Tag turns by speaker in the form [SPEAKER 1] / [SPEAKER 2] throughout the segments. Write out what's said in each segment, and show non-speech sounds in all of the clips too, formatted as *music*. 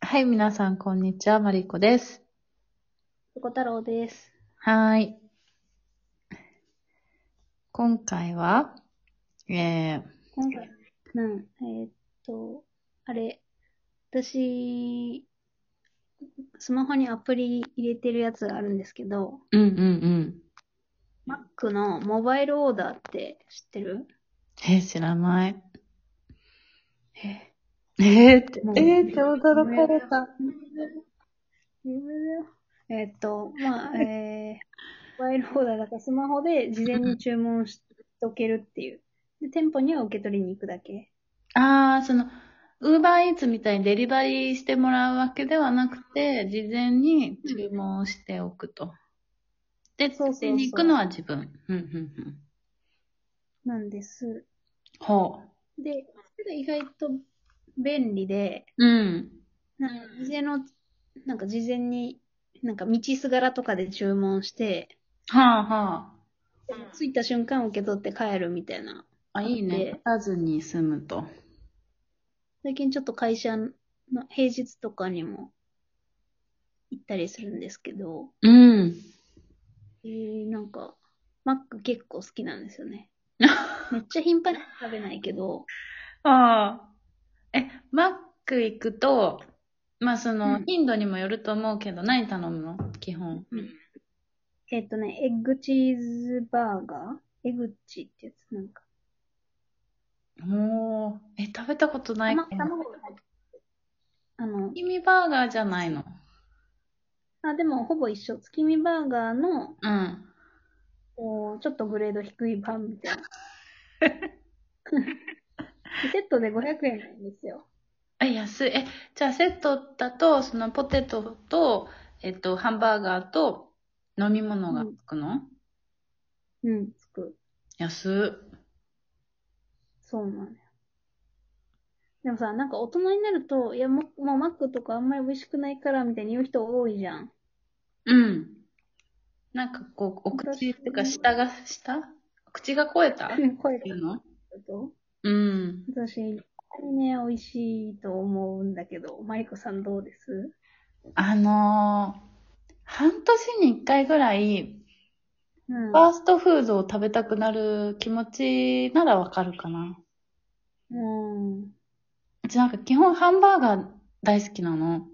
[SPEAKER 1] はい、皆さん、こんにちは。マリコです。
[SPEAKER 2] 横太郎です。
[SPEAKER 1] はーい。今回は、えー、
[SPEAKER 2] 今回、うん、えーっと、あれ、私、スマホにアプリ入れてるやつがあるんですけど、
[SPEAKER 1] うんうんうん。
[SPEAKER 2] Mac のモバイルオーダーって知ってる
[SPEAKER 1] えー、知らない。えー、って
[SPEAKER 2] もう
[SPEAKER 1] えー、って驚かれた。
[SPEAKER 2] えーっと、まあ、えー、モバイルオーダーだからスマホで事前に注文しとけるっていう。で、店舗には受け取りに行くだけ。
[SPEAKER 1] あー、その、ウーバーイーツみたいにデリバリーしてもらうわけではなくて、事前に注文をしておくと。で、
[SPEAKER 2] そうそうそう
[SPEAKER 1] 手に行くのは自分。うんうんうん。
[SPEAKER 2] なんです。
[SPEAKER 1] ほ
[SPEAKER 2] で、それが意外と便利で、
[SPEAKER 1] う。うん。
[SPEAKER 2] なんか事前の、なんか事前に、なんか道すがらとかで注文して、
[SPEAKER 1] はあは
[SPEAKER 2] 着いた瞬間受け取って帰るみたいな。
[SPEAKER 1] あ。あ、いい
[SPEAKER 2] で
[SPEAKER 1] ね。立たずに済むと。
[SPEAKER 2] 最近ちょっと会社の平日とかにも行ったりするんですけど、
[SPEAKER 1] うん。
[SPEAKER 2] えー、なんか、マック結構好きなんです
[SPEAKER 1] *laughs*
[SPEAKER 2] よね。めっちゃ頻繁には食べないけど、
[SPEAKER 1] ああ。え、マック行くと、まあその、
[SPEAKER 2] うん
[SPEAKER 1] インドにもよると思うけど、何頼むの基本。
[SPEAKER 2] えっ、とね、エッグチーズバーガーエッグチってやつ、なんか。
[SPEAKER 1] おお。え、食べたことない
[SPEAKER 2] ま、
[SPEAKER 1] けど。
[SPEAKER 2] 卵が入ってるあの、
[SPEAKER 1] 月見バーガーじゃないの。
[SPEAKER 2] あ、でもほぼ一緒。月見バーガーの
[SPEAKER 1] うん。
[SPEAKER 2] こう、ちょっとグレード低い版みたいな。セットで500円なんですよ。
[SPEAKER 1] あ、安い。え、じゃあセットだと、そのポテトと、えっと、ハンバーガーと飲み物がつくの、
[SPEAKER 2] うん、つく。
[SPEAKER 1] 安っ。
[SPEAKER 2] そうなのよ。でもさ、なんか大人になると、いや、ももうマックとかあんまり美味しくないからみたいに言う人多いじゃん。
[SPEAKER 1] うん。なんかこう、お口っていうか、舌が、舌口が超えたって
[SPEAKER 2] 声が
[SPEAKER 1] いうの
[SPEAKER 2] と。
[SPEAKER 1] うん。
[SPEAKER 2] 私、ね、美味しいと思うんだけど、マリコさんどうです
[SPEAKER 1] あのー半年に一回ぐらい、
[SPEAKER 2] うん
[SPEAKER 1] フ。ァーストフードを食べたくなる気持ちならわかるかな。
[SPEAKER 2] うん。
[SPEAKER 1] うちなんか基本ハンバーガー大好きなの。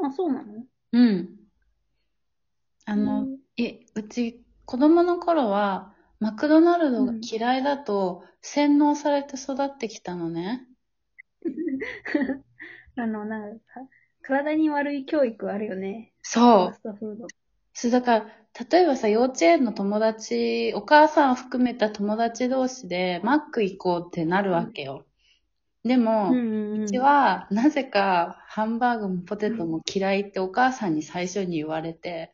[SPEAKER 2] あ、そうなの
[SPEAKER 1] うん。あ
[SPEAKER 2] あ
[SPEAKER 1] の、え、うち、子供の頃は、マクドナルドが嫌いだと、洗脳されて育ってきたのね。
[SPEAKER 2] *laughs* あの、なんか、体に悪い教育あるよね。
[SPEAKER 1] そう
[SPEAKER 2] ファ。ストフード。
[SPEAKER 1] そう、だから、例えばさ、幼稚園の友達、お母さんを含めた友達同士で、マック行こうってなるわけよ。でも、う
[SPEAKER 2] う
[SPEAKER 1] ち、は、なぜか、ハンバーグもポテトも嫌いってお母さんに最初に言われて、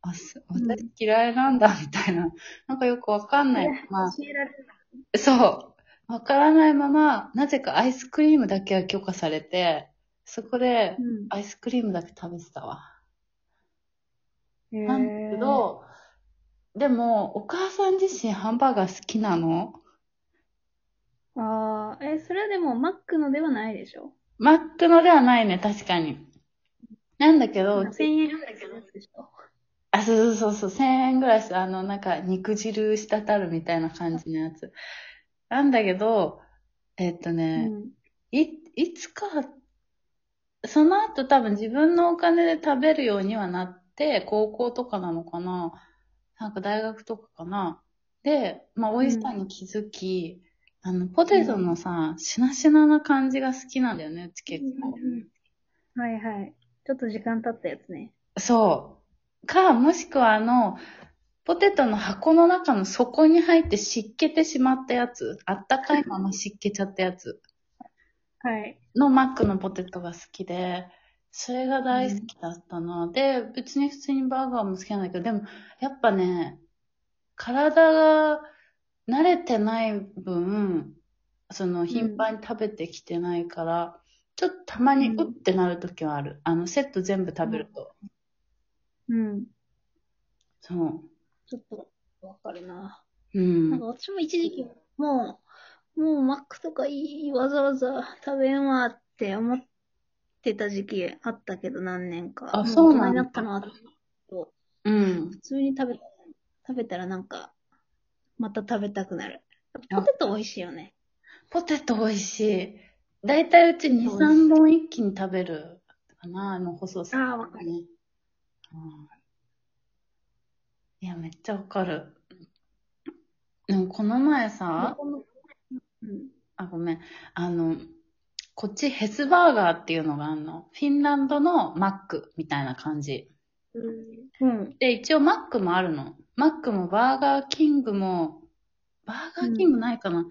[SPEAKER 1] あ、す
[SPEAKER 2] うん
[SPEAKER 1] 私嫌いなんだ、みたいな。なんかよくわかんない。ま
[SPEAKER 2] 教えられる。
[SPEAKER 1] あ、そう。わからないまま、なぜかアイスクリームだけは許可されて、そこで、
[SPEAKER 2] う
[SPEAKER 1] アイスクリームだけ食べてたわ。
[SPEAKER 2] ん。
[SPEAKER 1] なんだけど、でも、お母さん自身ハンバーガー好きなの
[SPEAKER 2] へー。ああ、え、それはでもマックのではないでしょ
[SPEAKER 1] マックのではないね、確かに。なんだけど、う
[SPEAKER 2] ?1000
[SPEAKER 1] ち、
[SPEAKER 2] 円ぐらいするやつでしょ
[SPEAKER 1] あ、そうそうそうそう、1000円ぐらいして、あの、なんか、肉汁滴るみたいな感じのやつ。なんだけど、えっと
[SPEAKER 2] う
[SPEAKER 1] ね、
[SPEAKER 2] ん。
[SPEAKER 1] い、いつか、その後多分自分のお金で食べるようにはなって、高校とかなのかななんか大学とかかなで、まあ美味しさに気づき、あの、ポテトのさ、しなしなな感じが好きなんだよね、うち結構。
[SPEAKER 2] うんはいはい。ちょっと時間経ったやつね。
[SPEAKER 1] そう。か、もしくはあの、ポテトの箱の中の底に入って湿気てしまったやつ。あったかいまま湿気ちゃったやつ。
[SPEAKER 2] はい。
[SPEAKER 1] のマックのポテトが好きで、それが大好きだったな。で、別に普通にバーガーも好きなんだけど、でも、やっぱね、体が慣れてない分、その、頻繁に食べてきてないから、ちょっとたまに
[SPEAKER 2] うん
[SPEAKER 1] うってなる時はある。あの、セット全部食べると。
[SPEAKER 2] うん。
[SPEAKER 1] そ
[SPEAKER 2] ちょっと、わかるな。
[SPEAKER 1] う。う
[SPEAKER 2] なん
[SPEAKER 1] ん
[SPEAKER 2] か。私も一時期、もう、もうマックとかいい、わざわざ食べんわって思ってた時期あったけど、何年か。
[SPEAKER 1] あそうなんだ
[SPEAKER 2] も大人になったな。
[SPEAKER 1] うん
[SPEAKER 2] 普。通に食べ、食べたらなんか、また食べたくなる。ポテト美味しいよね。
[SPEAKER 1] ポテト美味しい。だいたいうち2、
[SPEAKER 2] 美味しい
[SPEAKER 1] 3本一気に食べるかな、あの細さ、
[SPEAKER 2] あーわか
[SPEAKER 1] る。いや、めっちゃわかる。でもこの前さ、
[SPEAKER 2] うん。
[SPEAKER 1] あ、ごめん。あの、こっちヘスバーガーっていうのがあんの。フィンランドのマックみたいな感じ。
[SPEAKER 2] うん。
[SPEAKER 1] で、一応マックもあるの。マックもバーガーキングも、バーガーキングないかな、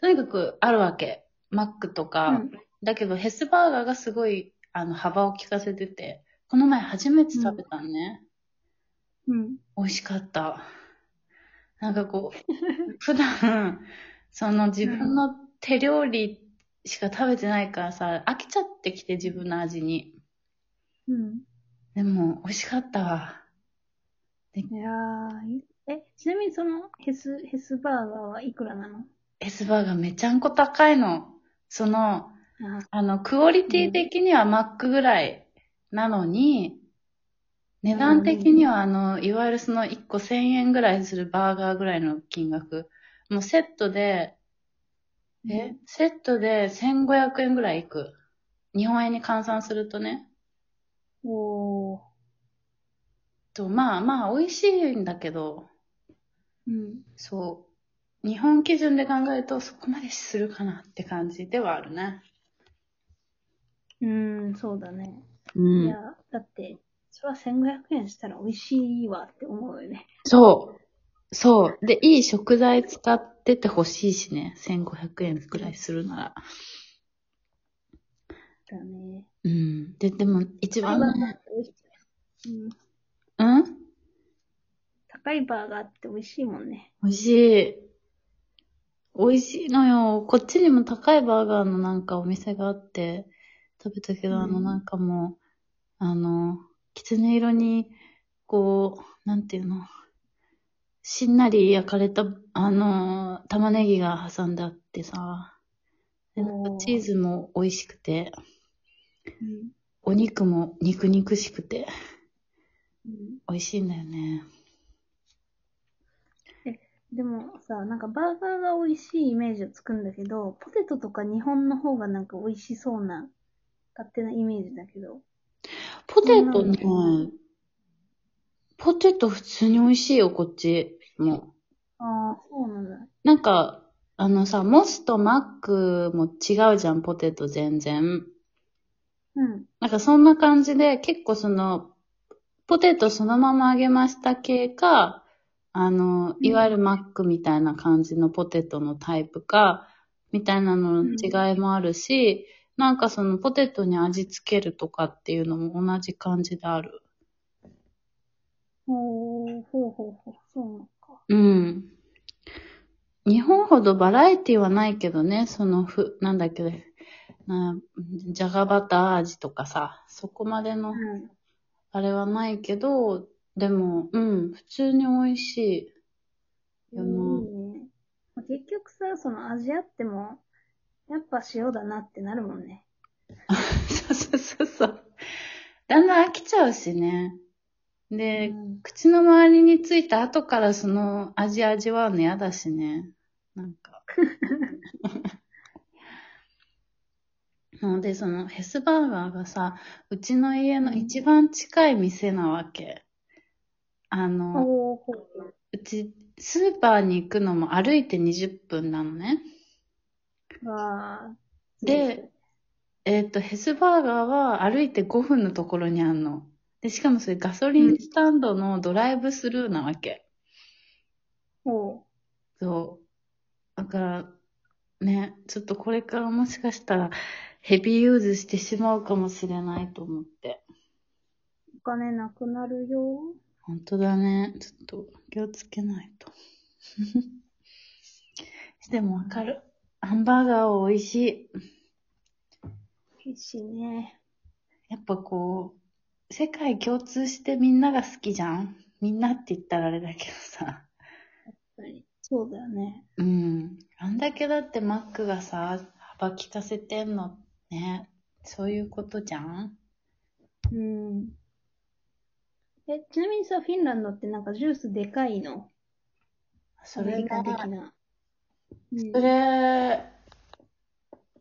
[SPEAKER 1] とにかくあるわけ。マックとか、
[SPEAKER 2] うん
[SPEAKER 1] だけどヘスバーガーがすごいあの幅を利かせてて、この前初めて食べたのね。
[SPEAKER 2] うん。
[SPEAKER 1] 美味しかった。なんかこう、 *laughs* 普段、その自分の手料理しか食べてないからさ、飽きちゃってきて自分の味に。
[SPEAKER 2] うん。
[SPEAKER 1] でも、美味しかったわ。
[SPEAKER 2] いやーいいえ、ちなみにそのヘス、ヘスバーガーはいくらなの
[SPEAKER 1] ヘスバーガーめちゃんこ高いの。その、
[SPEAKER 2] あ
[SPEAKER 1] あの、クオリティ的にはマックぐらいなのに、値段的にはあの、いわゆるその1個1000円ぐらいするバーガーぐらいの金額。もうセットで、え、セットで1500円ぐらいいく。日本円に換算するとね。
[SPEAKER 2] おー。
[SPEAKER 1] と、まあまあ、美味しいんだけど、
[SPEAKER 2] うん。
[SPEAKER 1] そう。日本基準で考えると、そこまでするかなって感じではあるね。
[SPEAKER 2] うん、そうだね。
[SPEAKER 1] う
[SPEAKER 2] いや、だって、それは1500円したら美味しいわって思うよね。
[SPEAKER 1] そう。そう。で、いい食材使っててほしいしね。1500円くらいするなら。
[SPEAKER 2] だね。
[SPEAKER 1] うん。で、でも、一番
[SPEAKER 2] 高いバーガー
[SPEAKER 1] ね、
[SPEAKER 2] って美味しい。うん。
[SPEAKER 1] うん
[SPEAKER 2] 高いバーガーって美味しいもんね。
[SPEAKER 1] 美味しい。美味しいのよ。こっちにも高いバーガーのなんかお店があって、食べたけど、
[SPEAKER 2] うん
[SPEAKER 1] あのなんかもう、あの、きつね色に、こう、なんていうの、しんなり焼かれた、あの、玉ねぎが挟んであってさ、でなんか
[SPEAKER 2] おー
[SPEAKER 1] チーズも美味しくて、
[SPEAKER 2] うん。
[SPEAKER 1] お肉も肉肉しくて、
[SPEAKER 2] うん
[SPEAKER 1] 美味しいんだよね。
[SPEAKER 2] でもさ、なんかバーガーが美味しいイメージをつくんだけど、ポテトとか日本の方がなんか美味しそうな、勝手なイメージだけど。
[SPEAKER 1] ポテトね
[SPEAKER 2] そうなん、
[SPEAKER 1] ポテト普通に美味しいよ、こっち。も
[SPEAKER 2] ああ、そうなんだ。
[SPEAKER 1] う。なんか、あのさ、モスとマックも違うじゃん、ポテト全然。
[SPEAKER 2] うん。
[SPEAKER 1] なんかそんな感じで、結構その、ポテトそのまま揚げました系か、あの、いわゆるマックみたいな感じのポテトのタイプか、みたいなのの違いもあるし、なんかそのポテトに味付けるとかっていうのも同じ感じである。
[SPEAKER 2] ほう、ほうほうほう、そうなのか。
[SPEAKER 1] うん。日本ほどバラエティはないけどね、そのふ、なんだっけね、なじゃがバター味とかさ、そこまでの
[SPEAKER 2] うん。
[SPEAKER 1] あれはないけど、でも、うん、普通に美味しい。 *laughs*
[SPEAKER 2] い
[SPEAKER 1] で
[SPEAKER 2] い
[SPEAKER 1] も
[SPEAKER 2] ね。結局さ、その味あっても、やっぱ塩だなってなるもんね。
[SPEAKER 1] そうそうそうそう。だんだん飽きちゃうしね。で、
[SPEAKER 2] うん
[SPEAKER 1] 口の周りについた後からその味味わうの嫌だしね。なんか。 *laughs* なので、そのヘスバーガーがさ、うちの家の一番近い店なわけ。あの、
[SPEAKER 2] ほうほうほう。
[SPEAKER 1] うち、スーパーに行くのも歩いて20分なのね。
[SPEAKER 2] わー
[SPEAKER 1] で、えっ、と、ヘスバーガーは歩いて5分のところにあんの。で、しかもそれガソリンスタンドのドライブスルーなわけ。
[SPEAKER 2] ほ
[SPEAKER 1] そう。だから、ね、ちょっとこれからもしかしたらヘビーユーズしてしまうかもしれないと思って。
[SPEAKER 2] う、お金なくなるよ。
[SPEAKER 1] 本当だね。ちょっと気をつけないと。 *laughs* でもわかる。ハンバーガーは美味しい。
[SPEAKER 2] 必死ね。
[SPEAKER 1] やっぱこう、世界共通してみんなが好きじゃんみんなって言ったらあれだけどさ。
[SPEAKER 2] やっぱりそうだよね。
[SPEAKER 1] うん。あんだけだってマックがさ、幅利かせてんのね。そういうことじゃん
[SPEAKER 2] うん。え、ちなみにさ、フィンランドってなんかジュースでかいの
[SPEAKER 1] そ
[SPEAKER 2] アメ
[SPEAKER 1] れ
[SPEAKER 2] リ
[SPEAKER 1] が
[SPEAKER 2] カ的な。うん
[SPEAKER 1] それ、あん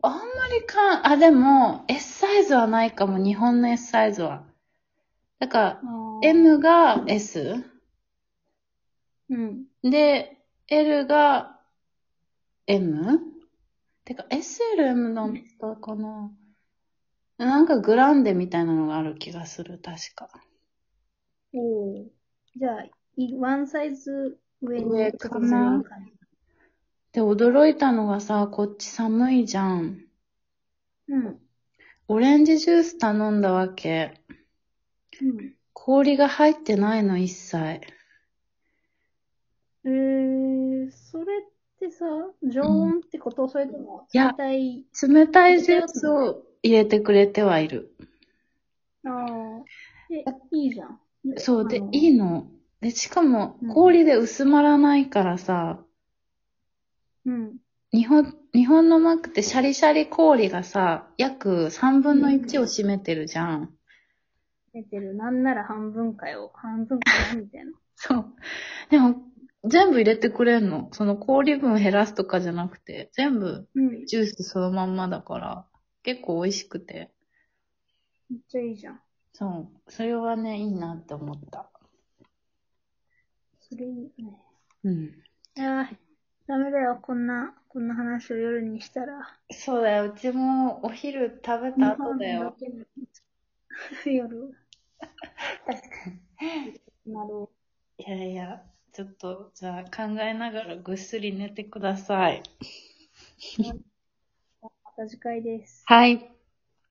[SPEAKER 1] まりか、あ、でも、S サイズはないかも、日本の S サイズは。だから、
[SPEAKER 2] あー
[SPEAKER 1] M が S?
[SPEAKER 2] うん。
[SPEAKER 1] で、L が M? てか、SLM だったかな。なんかグランデみたいなのがある気がする、確か。
[SPEAKER 2] おーじゃあ、いワンサイズ上に
[SPEAKER 1] 上かな
[SPEAKER 2] ちょっとずれる感じ
[SPEAKER 1] で、驚いたのがさ、こっち寒いじゃん。
[SPEAKER 2] うん。
[SPEAKER 1] オレンジジュース頼んだわけ。
[SPEAKER 2] うん。
[SPEAKER 1] 氷が入ってないの、一切。
[SPEAKER 2] えー、それってさ、常温ってこと、それとも
[SPEAKER 1] いや
[SPEAKER 2] 冷たい。
[SPEAKER 1] 冷たいジュースを入れてくれてはいる。
[SPEAKER 2] ああ。え、いいじゃん。
[SPEAKER 1] そう、で
[SPEAKER 2] あ、の
[SPEAKER 1] いいの。で、しかも
[SPEAKER 2] う、ん
[SPEAKER 1] 氷で薄まらないからさ、
[SPEAKER 2] うん。
[SPEAKER 1] 日本、日本のマックってシャリシャリ氷がさ、約3分の1を占めてるじゃん。
[SPEAKER 2] 出てる。なんなら半分かよ。半分かなみたいな。
[SPEAKER 1] そう。でも、全部入れてくれんの。その氷分減らすとかじゃなくて、全部
[SPEAKER 2] うん。めっ
[SPEAKER 1] ジュースそのまんまだから、結構美味しくて。
[SPEAKER 2] ちゃいいじゃん。
[SPEAKER 1] そう。それはね、いいなって思った。
[SPEAKER 2] それいいね。
[SPEAKER 1] うん。
[SPEAKER 2] あーダメだよ。こんな、こんな話を夜にしたら。
[SPEAKER 1] そうだよ。うちもお昼食べた後だよ。
[SPEAKER 2] 日本だ
[SPEAKER 1] *laughs*
[SPEAKER 2] けの。 *laughs* 夜。
[SPEAKER 1] 確かに。
[SPEAKER 2] なる。
[SPEAKER 1] いやいや、ちょっと、じゃあ考えながらぐっすり寝てください。
[SPEAKER 2] また次回です。
[SPEAKER 1] はい。